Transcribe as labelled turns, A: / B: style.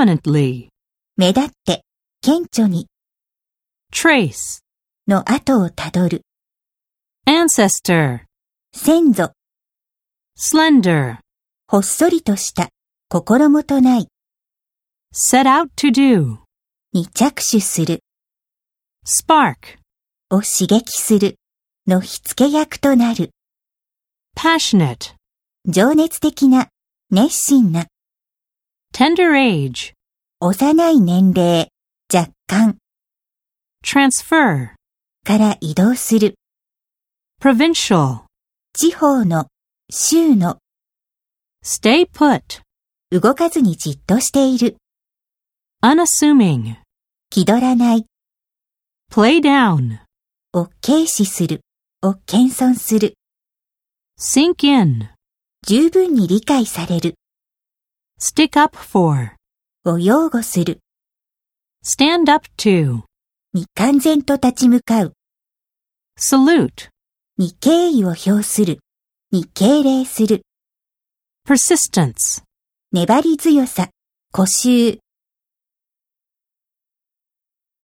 A: prominently,
B: 目立って、顕著に
A: trace,
B: の後をたどる、
A: ancestor,
B: 先祖、
A: slender,
B: ほっそりとした、心もとない、
A: set out to do,
B: に着手する、
A: spark,
B: を刺激する、の火付け役となる、
A: passionate,
B: 情熱的な、熱心な、
A: tender age,
B: 幼い年齢、若干
A: transfer,
B: から移動する、
A: provincial,
B: 地方の、州の、
A: stay put,
B: 動かずにじっとしている、
A: unassuming,
B: 気取らない、
A: play down,
B: を軽視する、を謙遜する、
A: sink in,
B: 十分に理解される、
A: stick up for,
B: を擁護する、
A: stand up to,
B: に完全と立ち向かう、
A: salute,
B: に敬意を表する、に敬礼する、
A: persistence.
B: 粘り強さ、固執、